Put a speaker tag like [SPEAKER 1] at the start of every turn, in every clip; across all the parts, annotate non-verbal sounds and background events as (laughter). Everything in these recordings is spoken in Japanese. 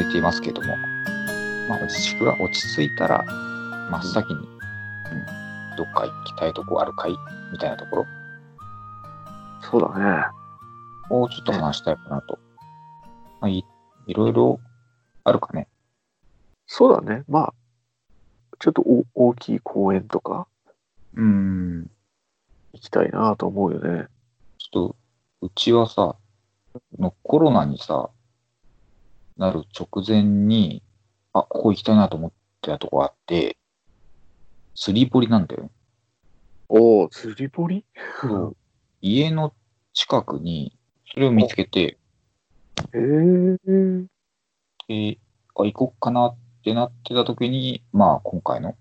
[SPEAKER 1] いていますけども、まあ、自粛が落ち着いたら、真っ先に、うん、どっか行きたいとこあるかいみたいなところ
[SPEAKER 2] そうだね。
[SPEAKER 1] をちょっと話したいかなと。まあ、いいろいろあるかね。
[SPEAKER 2] そうだね。まあ、ちょっとお大きい公園とか
[SPEAKER 1] うん。
[SPEAKER 2] 行きたいなと思うよね。
[SPEAKER 1] ちょっと、うちはさ、のコロナにさ、なる直前に、あ、ここ行きたいなと思ってたとこあって、釣り堀なんだよね。
[SPEAKER 2] おお、釣り堀うん
[SPEAKER 1] 家の近くに、それを見つけて、
[SPEAKER 2] (laughs) へえ。
[SPEAKER 1] で、あ、行こっかなってなってた時に、まあ今回の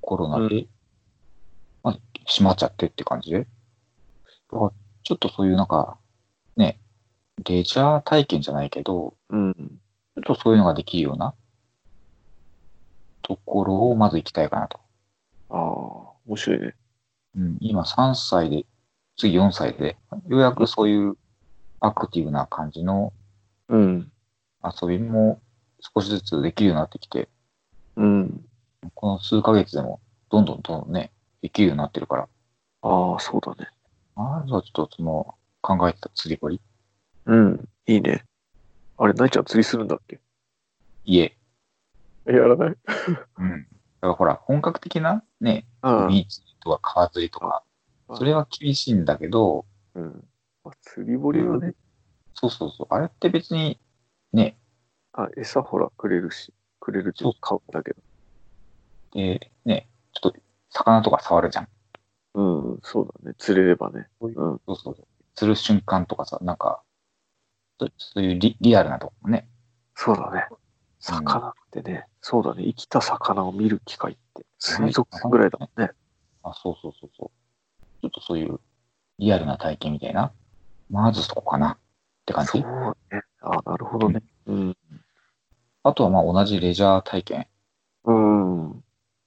[SPEAKER 1] コロナで、まあ閉まっちゃってって感じで。だからちょっとそういうなんか、ね、レジャー体験じゃないけど、
[SPEAKER 2] うん。
[SPEAKER 1] ちょっとそういうのができるようなところをまず行きたいかなと。
[SPEAKER 2] ああ、面白いね。
[SPEAKER 1] うん、今3歳で、次4歳で、ようやくそういうアクティブな感じの
[SPEAKER 2] うん。
[SPEAKER 1] 遊びも少しずつできるようになってきて、
[SPEAKER 2] うん。
[SPEAKER 1] この数ヶ月でも、どんどんどんどんね、できるようになってるから、
[SPEAKER 2] ああ、そうだね。
[SPEAKER 1] まずはちょっとその、考えてた釣り堀
[SPEAKER 2] うん。いいね。あれ、ないちゃん釣りするんだっけ
[SPEAKER 1] 家。
[SPEAKER 2] やらない
[SPEAKER 1] うん。だからほら、本格的なね、
[SPEAKER 2] うん。
[SPEAKER 1] ビーチとか川釣りとか、
[SPEAKER 2] うん
[SPEAKER 1] それは厳しいんだけど、
[SPEAKER 2] うん、まあ釣り堀はね、
[SPEAKER 1] そうそうそう、あれって別に、ね、
[SPEAKER 2] あ、餌ほら、くれるし、くれるっていうか買うんだけど。
[SPEAKER 1] で、ね、ちょっと、魚とか触るじゃん。
[SPEAKER 2] うん、そうだね。釣れればね。うん。
[SPEAKER 1] そうそうそう。釣る瞬間とかさ、なんか、そそういうリリアルなとこもね。
[SPEAKER 2] そうだね。魚ってね、そうだね。生きた魚を見る機会って、水族館ぐらいだもんね。
[SPEAKER 1] あ、そうそうそうそう。ちょっとそういうリアルな体験みたいな。まずそこかなって感
[SPEAKER 2] そう
[SPEAKER 1] じ。
[SPEAKER 2] ね。あ、なるほどね。うん。
[SPEAKER 1] あとはまあ同じレジャー体験
[SPEAKER 2] うん。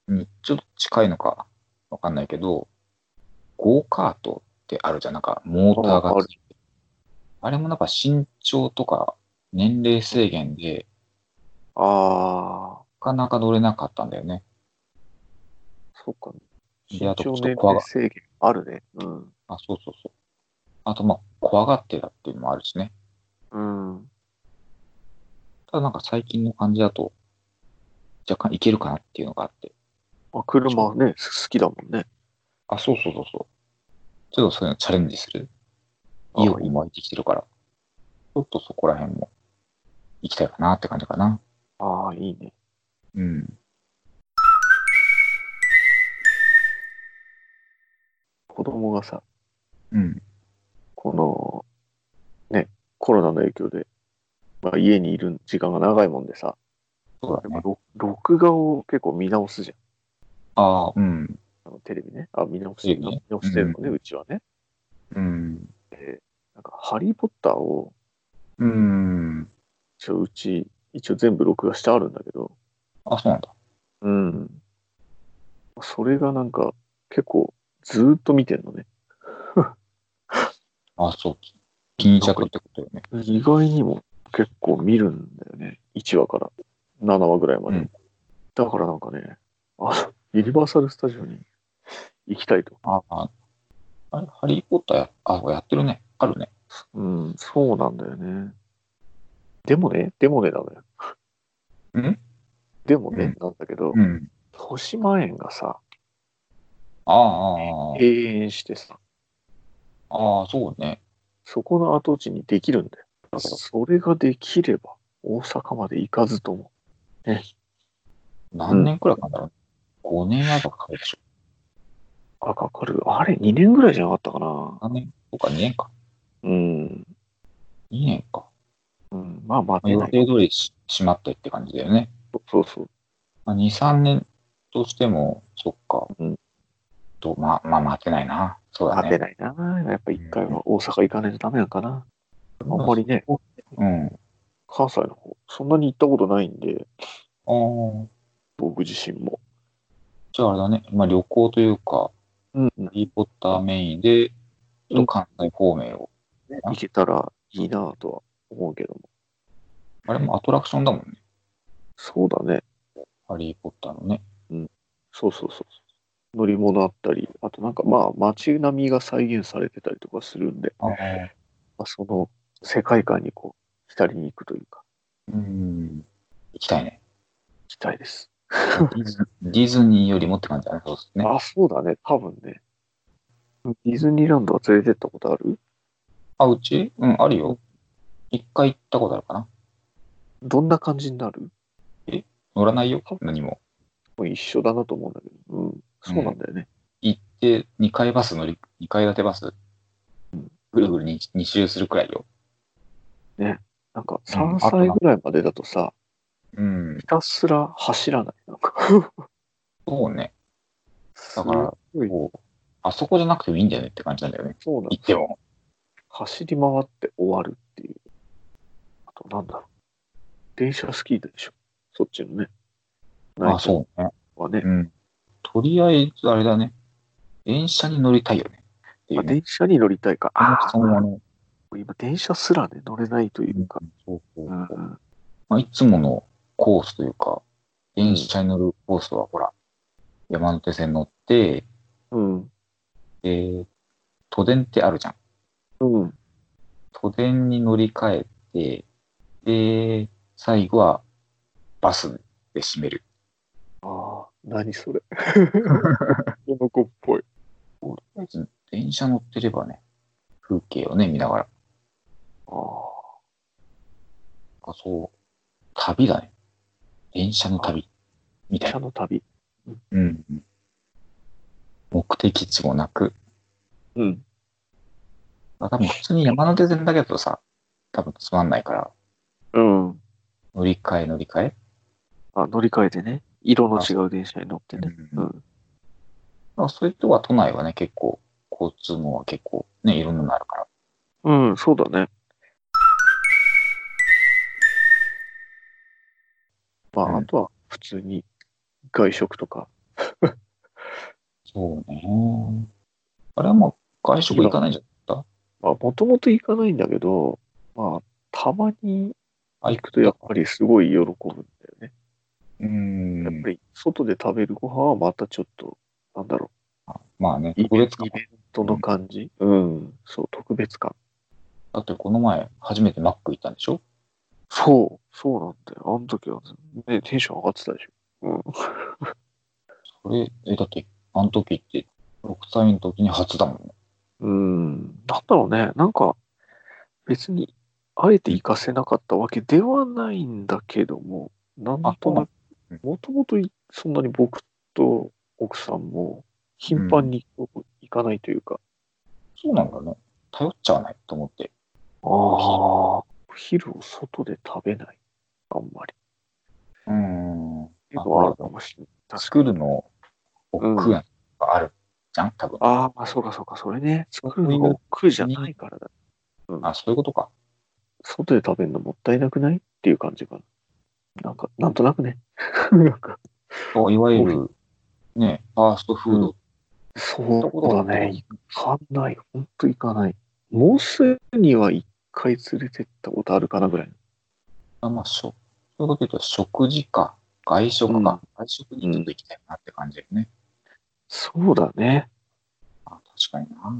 [SPEAKER 1] にちょっと近いのかわかんないけど、ゴーカートってあるじゃん。なんかモーター
[SPEAKER 2] ああ
[SPEAKER 1] が
[SPEAKER 2] る
[SPEAKER 1] ついてあれもなんか身長とか年齢制限で
[SPEAKER 2] ああ、
[SPEAKER 1] なかなか乗れなかったんだよね。
[SPEAKER 2] そうか。身
[SPEAKER 1] であと
[SPEAKER 2] 長
[SPEAKER 1] ちょっと
[SPEAKER 2] 年
[SPEAKER 1] 怖
[SPEAKER 2] 齢
[SPEAKER 1] が、
[SPEAKER 2] 制限あるね。うん。
[SPEAKER 1] あ、そうそうそう。あとまあ怖がってたっていうのもあるしね。
[SPEAKER 2] うん。
[SPEAKER 1] ただなんか最近の感じだと、若干いけるかなっていうのがあって。
[SPEAKER 2] まあ、車ね、す好きだもんね。
[SPEAKER 1] あ、そうそうそうそう。ちょっとそういうのチャレンジする。
[SPEAKER 2] あ
[SPEAKER 1] 意欲も湧いてきてるから。ちょっとそこら辺も行きたいかなって感じかな。
[SPEAKER 2] ああ、いいね。
[SPEAKER 1] うん。
[SPEAKER 2] 子供がさ、
[SPEAKER 1] うん。
[SPEAKER 2] この、ね、コロナの影響で、まあ、家にいる時間が長いもんでさ、
[SPEAKER 1] そうだ
[SPEAKER 2] やっぱ
[SPEAKER 1] ね。
[SPEAKER 2] ろ録画を結構見直すじゃん。
[SPEAKER 1] ああ、うん。
[SPEAKER 2] あのテレビね。あ、見直す、
[SPEAKER 1] テレビね
[SPEAKER 2] 見直してるのね、うちはね。
[SPEAKER 1] うん。
[SPEAKER 2] なんか、ハリー・ポッターを、
[SPEAKER 1] うん。
[SPEAKER 2] 一応うち、一応全部録画してあるんだけど、
[SPEAKER 1] あ、そうなんだ。
[SPEAKER 2] うん。それがなんか、結構、ずーっと見てんのね。
[SPEAKER 1] あ、そう。気に入っちゃったってことよね。
[SPEAKER 2] 意外にも結構見るんだよね。1話から7話ぐらいまで。
[SPEAKER 1] うん
[SPEAKER 2] だからなんかね、あの、ユニバーサル・スタジオに行きたいと。
[SPEAKER 1] ああ。あれ、ハリー・ポッターや、あ、やってるね。あるね。
[SPEAKER 2] うん、そうなんだよね。でもね、でもねなのよ。
[SPEAKER 1] ん
[SPEAKER 2] でもね、
[SPEAKER 1] うん
[SPEAKER 2] なんだけど、
[SPEAKER 1] うん。
[SPEAKER 2] 豊島園がさ、
[SPEAKER 1] ああ、あ
[SPEAKER 2] 閉園してさ、
[SPEAKER 1] あ、ああ、そうね。
[SPEAKER 2] そこの跡地にできるんだよ。それができれば、大阪まで行かずとも。
[SPEAKER 1] 何年くらいかかんだろう。5年はかかるでしょ。
[SPEAKER 2] あ、かかる。あれ、2年ぐらいじゃなかったかな。
[SPEAKER 1] 何年とか2年か。
[SPEAKER 2] うん。
[SPEAKER 1] 2年か。
[SPEAKER 2] うん、まあ、待
[SPEAKER 1] まあ
[SPEAKER 2] て
[SPEAKER 1] 予
[SPEAKER 2] な
[SPEAKER 1] 定
[SPEAKER 2] い。
[SPEAKER 1] 通りし閉まってって感じだよね。
[SPEAKER 2] そうそう。
[SPEAKER 1] まあ、2、3年としても、そっか。
[SPEAKER 2] うん
[SPEAKER 1] と、まあ、まあ、待てないな。そうだ
[SPEAKER 2] 待て
[SPEAKER 1] ね。
[SPEAKER 2] ないな。やっぱ一回は大阪行かないとダメなんかな。あんまりね、
[SPEAKER 1] うん。あ
[SPEAKER 2] 関西の方、そんなに行ったことないんで、
[SPEAKER 1] あ。
[SPEAKER 2] 僕自身も。
[SPEAKER 1] じゃああれだね。まあ、旅行というか、
[SPEAKER 2] うん。
[SPEAKER 1] ハリー・ポッターメインで、ちょっ
[SPEAKER 2] う
[SPEAKER 1] と
[SPEAKER 2] ん
[SPEAKER 1] 関西方面を。
[SPEAKER 2] 行けたらいいなとは思うけども。
[SPEAKER 1] あれもアトラクションだもんね。
[SPEAKER 2] そうだね。
[SPEAKER 1] ハリー・ポッターのね。
[SPEAKER 2] そうそうそう。乗り物あったり、あとなんかまあ街並みが再現されてたりとかするんで、
[SPEAKER 1] ああ。
[SPEAKER 2] まあ、その世界観にこう、浸りに行くというか、
[SPEAKER 1] うん。行きたいね。
[SPEAKER 2] 期待です。
[SPEAKER 1] ディズディズニーよりもって感じだね。そうですね。
[SPEAKER 2] あ、そうだね。多分ね。ディズニーランドは連れてったことある
[SPEAKER 1] あ、うちうん、あるよ。一回行ったことあるかな。
[SPEAKER 2] どんな感じになる
[SPEAKER 1] 乗らないよ、何も。
[SPEAKER 2] もう一緒だなと思うんだけど、うん、そうなんだよね。
[SPEAKER 1] 行って、二階バス乗り、二階建てバス、ぐるぐるに二周するくらいよ。
[SPEAKER 2] なん
[SPEAKER 1] う
[SPEAKER 2] か
[SPEAKER 1] ん
[SPEAKER 2] 3歳ぐらいまでだとさ、
[SPEAKER 1] うん
[SPEAKER 2] ひ。たすら走らない。なんか
[SPEAKER 1] そうね。
[SPEAKER 2] す
[SPEAKER 1] だ
[SPEAKER 2] ご
[SPEAKER 1] か
[SPEAKER 2] い、
[SPEAKER 1] ら、こう、あそこじゃなくてもいいんだよねって感じなんだよね。
[SPEAKER 2] そうなん
[SPEAKER 1] 行っても。
[SPEAKER 2] 走り回って終わるっていう。あと、なんだろう。電車スキーでしょ。そっちのね。
[SPEAKER 1] あ、そうね。
[SPEAKER 2] う。はね
[SPEAKER 1] う。ん。とりあえず、あれだね。電車に乗りたいよね。ってい
[SPEAKER 2] あ
[SPEAKER 1] うね。
[SPEAKER 2] 電車に乗りたいか。あ
[SPEAKER 1] その
[SPEAKER 2] あ
[SPEAKER 1] あ、の、
[SPEAKER 2] 今電車すらね、乗れないというか。
[SPEAKER 1] そうそう
[SPEAKER 2] うん
[SPEAKER 1] まあ、いつものコースというか、電車に乗るコースは、ほら、山手線乗って、
[SPEAKER 2] うん。
[SPEAKER 1] で、都電ってあるじゃん。
[SPEAKER 2] うん。
[SPEAKER 1] 都電に乗り換えて、で、最後はバスで締める。
[SPEAKER 2] ああ、何それ。
[SPEAKER 1] (laughs)
[SPEAKER 2] この子っぽい。
[SPEAKER 1] とりあえず電車乗ってればね、風景をね、見ながら。
[SPEAKER 2] ああ。
[SPEAKER 1] あそう、旅だね。電車の旅。みた
[SPEAKER 2] 電
[SPEAKER 1] い
[SPEAKER 2] 車
[SPEAKER 1] な。
[SPEAKER 2] の旅。
[SPEAKER 1] うん。目的地もなく。
[SPEAKER 2] うん。
[SPEAKER 1] まあ、多分普通に山手線だけだとさ、多分つまんないから、
[SPEAKER 2] うん。
[SPEAKER 1] 乗り換え乗り換え。
[SPEAKER 2] あ、乗り換えてね。色の違う電車に乗ってね。
[SPEAKER 1] う
[SPEAKER 2] うんん。
[SPEAKER 1] まあ、それとは都内はね、結構、交通網は結構ね、いろんなのあるから。
[SPEAKER 2] うん、そうだね。ま
[SPEAKER 1] うん
[SPEAKER 2] あ、あとは普通に外食とか。
[SPEAKER 1] そうね。あれはまあ、外食行かないんじゃん。
[SPEAKER 2] まあ、もともと行かないんだけど、まあ、たまに行くとやっぱりすごい喜ぶんだよね。
[SPEAKER 1] うー
[SPEAKER 2] やっ
[SPEAKER 1] ん
[SPEAKER 2] ぱ。り外で食べるご飯はまたちょっと、なんだろ
[SPEAKER 1] まあね、
[SPEAKER 2] う、イ
[SPEAKER 1] 特
[SPEAKER 2] ベン
[SPEAKER 1] 別
[SPEAKER 2] ト
[SPEAKER 1] 感
[SPEAKER 2] イ。ベントの感じ。うん、そう、特別感。
[SPEAKER 1] だってこの前、初めてマック行ったんでしょ
[SPEAKER 2] そう、そうなんだよ。あの時は、ね、テンション上がってたでしょ。うん。
[SPEAKER 1] それ、え、だって、あの時って、6歳の時に初だもんね。
[SPEAKER 2] うーん、なんだろうね、なんか別にあえて行かせなかったわけではないんだけども、なん
[SPEAKER 1] あそ
[SPEAKER 2] と
[SPEAKER 1] うな
[SPEAKER 2] な
[SPEAKER 1] の
[SPEAKER 2] く
[SPEAKER 1] うん、
[SPEAKER 2] もともとそんなに僕と奥さんも頻繁に行かないというか、
[SPEAKER 1] そうなんだね。頼っちゃわないと思って。
[SPEAKER 2] ああ、お昼を外で食べない、あんまり。
[SPEAKER 1] うーん。
[SPEAKER 2] っていうのはあるかもしれない。
[SPEAKER 1] 作るの、億劫なのがあるじゃん多分。
[SPEAKER 2] ああ、そうかそうか、それね、作るのが億劫じゃないからだ。
[SPEAKER 1] あ、そういうことか。
[SPEAKER 2] 外で食べるのもったいなくないっていう感じかな。なんか、なんとなくね。 (laughs) なんか
[SPEAKER 1] そういわゆる、ね、ファーストフード。
[SPEAKER 2] そうだね。行かない。ほんと行かない。モスには一回連れてったことあるかなぐらい。
[SPEAKER 1] あまあ、しょそういうこと言うと、食事か、外食か、外食にちょっと行きたいなって感じだよね。
[SPEAKER 2] そうだね。
[SPEAKER 1] あ、確かにな。